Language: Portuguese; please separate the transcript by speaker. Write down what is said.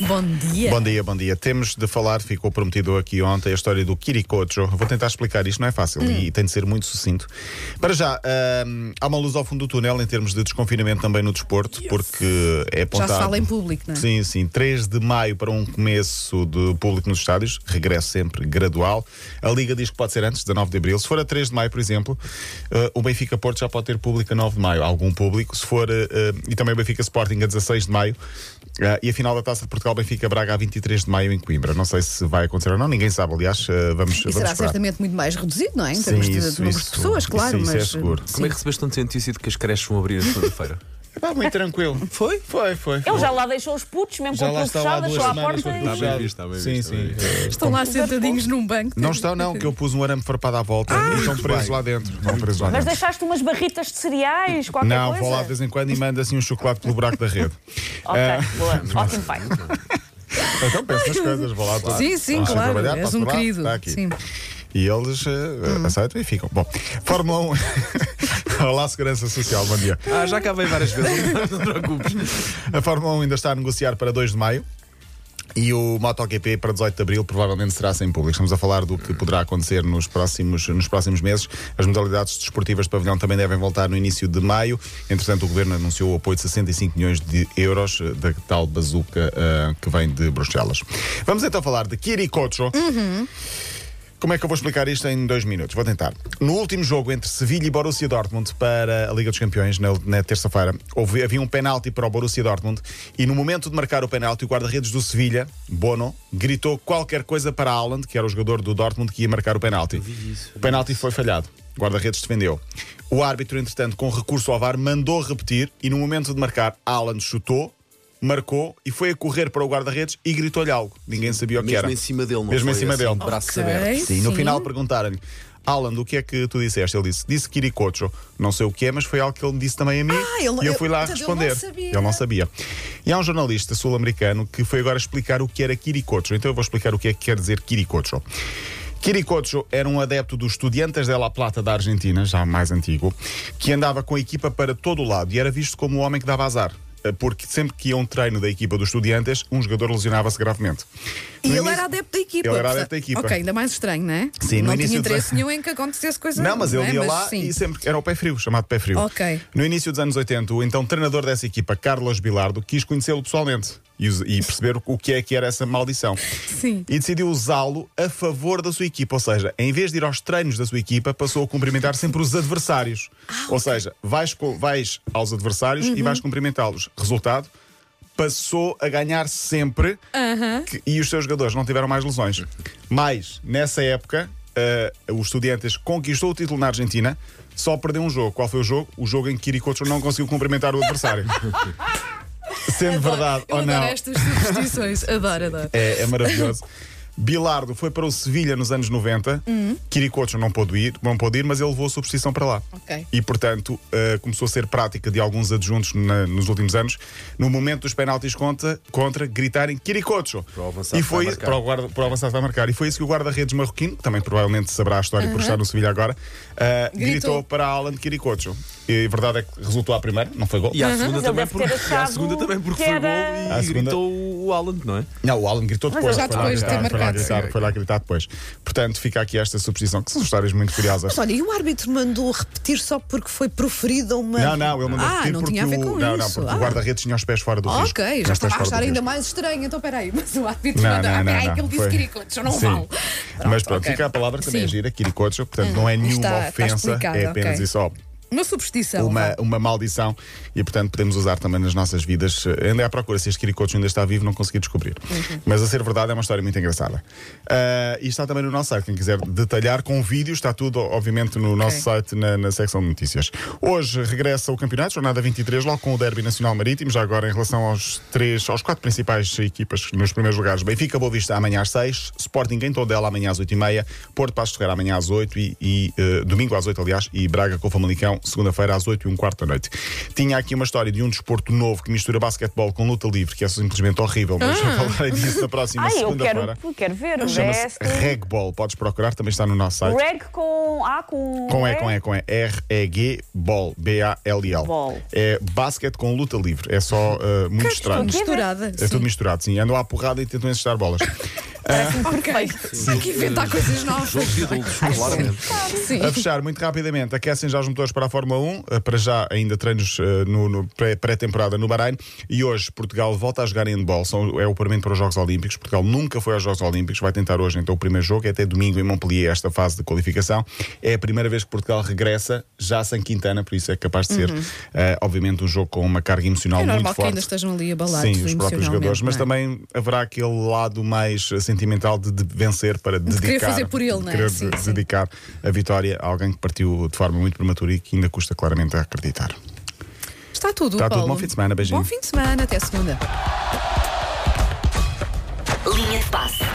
Speaker 1: Bom dia.
Speaker 2: Bom dia, bom dia. Temos de falar, ficou prometido aqui ontem, a história do Kirikocho. Vou tentar explicar isto, não é fácil
Speaker 1: Hum.
Speaker 2: e tem de ser muito sucinto. Para já, hum, há uma luz ao fundo do túnel em termos de desconfinamento também no desporto, porque é
Speaker 1: Já
Speaker 2: apontado.
Speaker 1: se fala em público, não é?
Speaker 2: Sim, sim. 3 de maio para um começo de público nos estádios, regresso sempre gradual. A Liga diz que pode ser antes, 19 de abril. Se for a 3 de maio, por exemplo, eh, o Benfica Porto já pode ter público a 9 de maio, algum público. Se for, eh, eh, e também o Benfica Sporting a 16 de maio. Eh, e a final da Taça de Portugal, Benfica Braga a 23 de maio em Coimbra. Não sei se vai acontecer ou não, ninguém sabe, aliás. eh, vamos
Speaker 1: E
Speaker 2: vamos
Speaker 1: será
Speaker 2: esperar.
Speaker 1: certamente muito mais reduzido, não é? Em
Speaker 2: Sim,
Speaker 1: termos de, de
Speaker 2: isso,
Speaker 1: números
Speaker 2: isso.
Speaker 1: de pessoas,
Speaker 2: Isso,
Speaker 1: claro,
Speaker 2: isso é
Speaker 1: mas.
Speaker 2: seguro.
Speaker 1: sim.
Speaker 3: Como é que recebeste tanto notícia de que as creches vão abrir na segunda-feira?
Speaker 2: Pá, muito tranquilo.
Speaker 3: Foi?
Speaker 2: Foi, foi.
Speaker 4: Ele já lá deixou os putos, mesmo com tudo fechado, deixou à porta.
Speaker 2: foi
Speaker 4: e-
Speaker 3: Está bem
Speaker 2: fechado.
Speaker 3: visto, está bem
Speaker 2: Sim,
Speaker 3: visto, está
Speaker 2: sim.
Speaker 3: bem
Speaker 2: Eh,
Speaker 1: Estão lá sentadinhos num banco.
Speaker 2: Não estão, não, que eu pus um arame farpado à volta
Speaker 1: Ah!
Speaker 2: e estão presos lá dentro. Estão presos lá
Speaker 4: Mas
Speaker 2: dentro.
Speaker 4: deixaste umas barritas de cereais, qualquer
Speaker 2: Não,
Speaker 4: coisa?
Speaker 2: vou lá Ah. de vez em quando e mando assim um chocolate pelo buraco da rede.
Speaker 4: Ok, boa. Ótimo pai.
Speaker 2: Então penso nas coisas, vou lá.
Speaker 1: Sim, sim,
Speaker 2: posso
Speaker 1: claro.
Speaker 2: trabalhar,
Speaker 1: És
Speaker 2: posso
Speaker 1: um
Speaker 2: trabalhar,
Speaker 1: querido.
Speaker 2: Está aqui.
Speaker 1: Sim. Hum.
Speaker 2: E eles eh, aceitam e ficam. Bom, Fórmula 1. Olá, Segurança Social, bom dia.
Speaker 3: Ah, já acabei várias vezes, não te preocupes.
Speaker 2: A Fórmula 1 ainda está a negociar para 2 de maio. E o MotoGP para 18 de Abril provavelmente será sem público. Estamos a falar do que poderá acontecer nos próximos, nos próximos meses. As modalidades desportivas de pavilhão também devem voltar no início de maio. Entretanto, o Governo anunciou o apoio de 65 milhões de euros eh, da tal bazuca eh, que vem de Bruxelas. Vamos então falar de Kirikocho. Como é que eu vou explicar isto em dois minutos? Vou tentar. No último jogo entre Sevilha e Borussia Dortmund para a Liga dos Campeões, na, na terça-feira, houve- havia um penalti para o Borussia Dortmund e no momento de marcar o penalti, o guarda-redes do Sevilha, Bono, gritou qualquer coisa para Haaland, que era o jogador do Dortmund que ia marcar o penalti. O penalti foi falhado. O guarda-redes defendeu. O árbitro, entretanto, com recurso ao VAR, mandou repetir e no momento de marcar, Haaland chutou, marcou e foi a correr para o guarda-redes e gritou-lhe algo. Ninguém sabia o que
Speaker 3: Mesmo
Speaker 2: era.
Speaker 3: em cima dele, não
Speaker 2: Mesmo em
Speaker 3: foi?
Speaker 2: cima
Speaker 3: Assim,
Speaker 2: dele.
Speaker 3: braços
Speaker 1: Ok.
Speaker 3: abertos.
Speaker 2: Sim, no
Speaker 1: Sim.
Speaker 2: final perguntaram-lhe. Alan, o que é que tu disseste? Ele disse, disse Kirikocho. Não sei o que é, mas foi algo que ele me disse também a mim.
Speaker 1: Ah, ele-
Speaker 2: e eu
Speaker 1: ele-
Speaker 2: fui lá
Speaker 1: portanto, ele não
Speaker 2: responder.
Speaker 1: sabia.
Speaker 2: Ele não sabia. E há um jornalista sul-americano que foi agora explicar o que era Kirikocho. Então eu vou explicar o que é que quer dizer Kirikocho. Kirikocho era um adepto dos Estudiantes de La Plata da Argentina, já mais antigo, que andava com a equipa para todo o lado e era visto como o homem que dava azar. eh, Porque sempre que ia um treino da equipa dos Estudiantes, um jogador lesionava-se gravemente.
Speaker 1: E
Speaker 2: No
Speaker 1: ele
Speaker 2: início-
Speaker 1: era adepto da equipa.
Speaker 2: Ele era
Speaker 1: portanto-
Speaker 2: adepto da equipa.
Speaker 1: Ok, ainda mais estranho, não é?
Speaker 2: Sim, no
Speaker 1: não
Speaker 2: início
Speaker 1: tinha
Speaker 2: do-
Speaker 1: interesse nenhum em que acontecesse coisa.
Speaker 2: Não, mas ele
Speaker 1: é?
Speaker 2: ia lá
Speaker 1: sim.
Speaker 2: e sempre era o pé frio, chamado pé frio.
Speaker 1: Ok.
Speaker 2: No início dos anos 80, o então treinador dessa equipa, Carlos Bilardo, quis conhecê-lo pessoalmente e, us- e perceber o- o que é que era essa maldição.
Speaker 1: Sim.
Speaker 2: E decidiu usá-lo a favor da sua equipa, ou seja, em vez de ir aos treinos da sua equipa, passou a cumprimentar sempre os adversários.
Speaker 1: Ah,
Speaker 2: Ou seja, vais, co- vais aos adversários
Speaker 1: Uhum.
Speaker 2: e vais cumprimentá-los. Resultado? Passou a ganhar sempre que- e os seus jogadores não tiveram mais lesões. Mas, nessa época, eh, o Estudiantes conquistou o título na Argentina, só perdeu um jogo. Qual foi o jogo? O jogo em que Kirikocho não conseguiu cumprimentar o adversário. Sendo verdade
Speaker 1: Eu
Speaker 2: ou
Speaker 1: adoro
Speaker 2: Oh, não.
Speaker 1: estas superstições. Adoro, adoro.
Speaker 2: É, é maravilhoso. Bilardo foi para o Sevilha nos anos 90.
Speaker 1: Hum.
Speaker 2: Kirikocho não pôde ir, não pôde ir, mas ele levou a substituição para lá.
Speaker 1: Ok.
Speaker 2: E, portanto, eh, começou a ser prática de alguns adjuntos na- nos últimos anos, no momento dos penaltis contra, contra gritarem Kirikocho.
Speaker 3: Para o avançado
Speaker 2: e foi
Speaker 3: vai marcar.
Speaker 2: para o, guarda, para o avançado vai marcar. E foi isso que o guarda-redes marroquino, que também provavelmente saberá a história por estar no Sevilha agora, eh,
Speaker 1: Gritou.
Speaker 2: gritou. para Alan Kirikocho. E a verdade é que resultou à primeira, não foi gol.
Speaker 3: E à segunda
Speaker 4: Mas ele
Speaker 3: também
Speaker 4: deve ter
Speaker 3: porque, e à
Speaker 4: achado
Speaker 3: segunda também porque
Speaker 4: que
Speaker 3: foi
Speaker 4: era-
Speaker 3: gol
Speaker 2: À
Speaker 3: e
Speaker 2: segunda-
Speaker 3: gritou o Alan, não é?
Speaker 2: Não, o Alan gritou depois.
Speaker 1: já
Speaker 2: foi lá
Speaker 1: depois de ter
Speaker 2: gritar, foi lá
Speaker 1: marcado.
Speaker 2: gritar, Foi lá gritar depois. Portanto, fica aqui esta superstição, que são histórias muito curiosas.
Speaker 5: Mas olha, e o árbitro mandou repetir só porque foi proferida uma.
Speaker 2: Não, não, ele mandou
Speaker 1: Ah,
Speaker 2: repetir
Speaker 1: não
Speaker 2: porque
Speaker 1: tinha a ver
Speaker 2: o,
Speaker 1: com
Speaker 2: não, não,
Speaker 1: isso.
Speaker 2: porque
Speaker 1: Ah.
Speaker 2: o guarda-redes tinha os pés fora do risco.
Speaker 1: Ok,
Speaker 2: Tinha
Speaker 1: já
Speaker 2: os pés
Speaker 1: estava a
Speaker 2: fora do
Speaker 1: achar ainda
Speaker 2: risco.
Speaker 1: mais estranho. Então, peraí, mas o árbitro
Speaker 2: Não,
Speaker 1: mandou.
Speaker 2: não,
Speaker 1: Ah,
Speaker 2: não,
Speaker 1: peraí,
Speaker 2: não,
Speaker 1: que ele disse
Speaker 2: foi-
Speaker 1: quiricotes, eu não
Speaker 2: Sim.
Speaker 1: vale.
Speaker 2: Mas
Speaker 1: Pronto,
Speaker 2: pronto,
Speaker 1: ok.
Speaker 2: fica a palavra também
Speaker 1: Sim.
Speaker 2: é gira, Kirikocho, portanto não é nenhuma
Speaker 1: está
Speaker 2: ofensa,
Speaker 1: explicado,
Speaker 2: é apenas
Speaker 1: ok.
Speaker 2: e só
Speaker 1: Uma superstição.
Speaker 2: uma,
Speaker 1: vá.
Speaker 2: uma maldição e portanto podemos usar também nas nossas vidas. Eh, Andei à procura se este Kirikocho ainda está vivo, não consegui descobrir. Mas a ser verdade é uma história muito engraçada. Ah, e está também no nosso site, quem quiser detalhar com vídeo, está tudo obviamente no nosso site na, na secção de notícias. Hoje regressa o campeonato, jornada 23, logo com o Derby Nacional Marítimo, já agora em relação aos três, aos quatro principais equipas nos primeiros lugares. Benfica Boa Vista amanhã às 6, Sporting em Tondela amanhã às 8h30, Porto Passo Ferreira amanhã às 8 e, e, eh, domingo às 8, aliás, e Braga com o Famalicão edição, segunda-feira às 8 e um quarto da noite. Tinha aqui uma história de um desporto novo que mistura basquetebol com luta livre, que é simplesmente horrível, mas já falarei disso na próxima
Speaker 4: Ah. Ai, eu
Speaker 2: segunda-feira.
Speaker 4: quero, quero ver o
Speaker 2: Chama-se
Speaker 4: resto.
Speaker 2: Regball, podes procurar, também está no nosso site.
Speaker 4: Reg com A, com.
Speaker 2: Com E,
Speaker 4: reg.
Speaker 2: com E, com E. R-E-G, Ball. B-A-L-I-L.
Speaker 4: Ball.
Speaker 2: É basquete com luta livre. É só uh, muito estranho.
Speaker 1: Misturada.
Speaker 2: É tudo misturado, sim. Andam à porrada e tentam encestar bolas.
Speaker 4: Perfeito.
Speaker 1: Há que inventar coisas novas.
Speaker 3: Jogos de adultos, claramente.
Speaker 1: Sim. É
Speaker 2: A fechar, muito rapidamente, aquecem já os motores para a Fórmula 1. eh, Para já, ainda treinos eh, no, no pré- pré-temporada no Bahrein. E hoje, Portugal volta a jogar em handball. São, é o paramento para os Jogos Olímpicos. Portugal nunca foi aos Jogos Olímpicos. Vai tentar hoje, então, o primeiro jogo. É até domingo em Montpellier, esta fase de qualificação. É a primeira vez que Portugal regressa, já sem Quintana. Por isso é capaz de ser, eh, obviamente, um jogo com uma carga emocional
Speaker 1: Uhum. É
Speaker 2: muito
Speaker 1: normal que
Speaker 2: forte.
Speaker 1: ainda estejam ali abalados
Speaker 2: Sim, os próprios
Speaker 1: emocionalmente,
Speaker 2: jogadores, mas
Speaker 1: não é?
Speaker 2: também haverá aquele lado mais eh, sentimental de, de vencer para dedicar.
Speaker 1: fazer por ele, não é?
Speaker 2: de querer
Speaker 1: Sim,
Speaker 2: de-
Speaker 1: sim.
Speaker 2: dedicar a vitória a alguém que partiu de forma muito prematura e que ainda custa claramente a acreditar.
Speaker 1: Está tudo,
Speaker 2: Está tudo.
Speaker 1: Paulo.
Speaker 2: Bom fim de semana, beijinho.
Speaker 1: Bom fim de semana, até segunda.
Speaker 6: Linha de passe.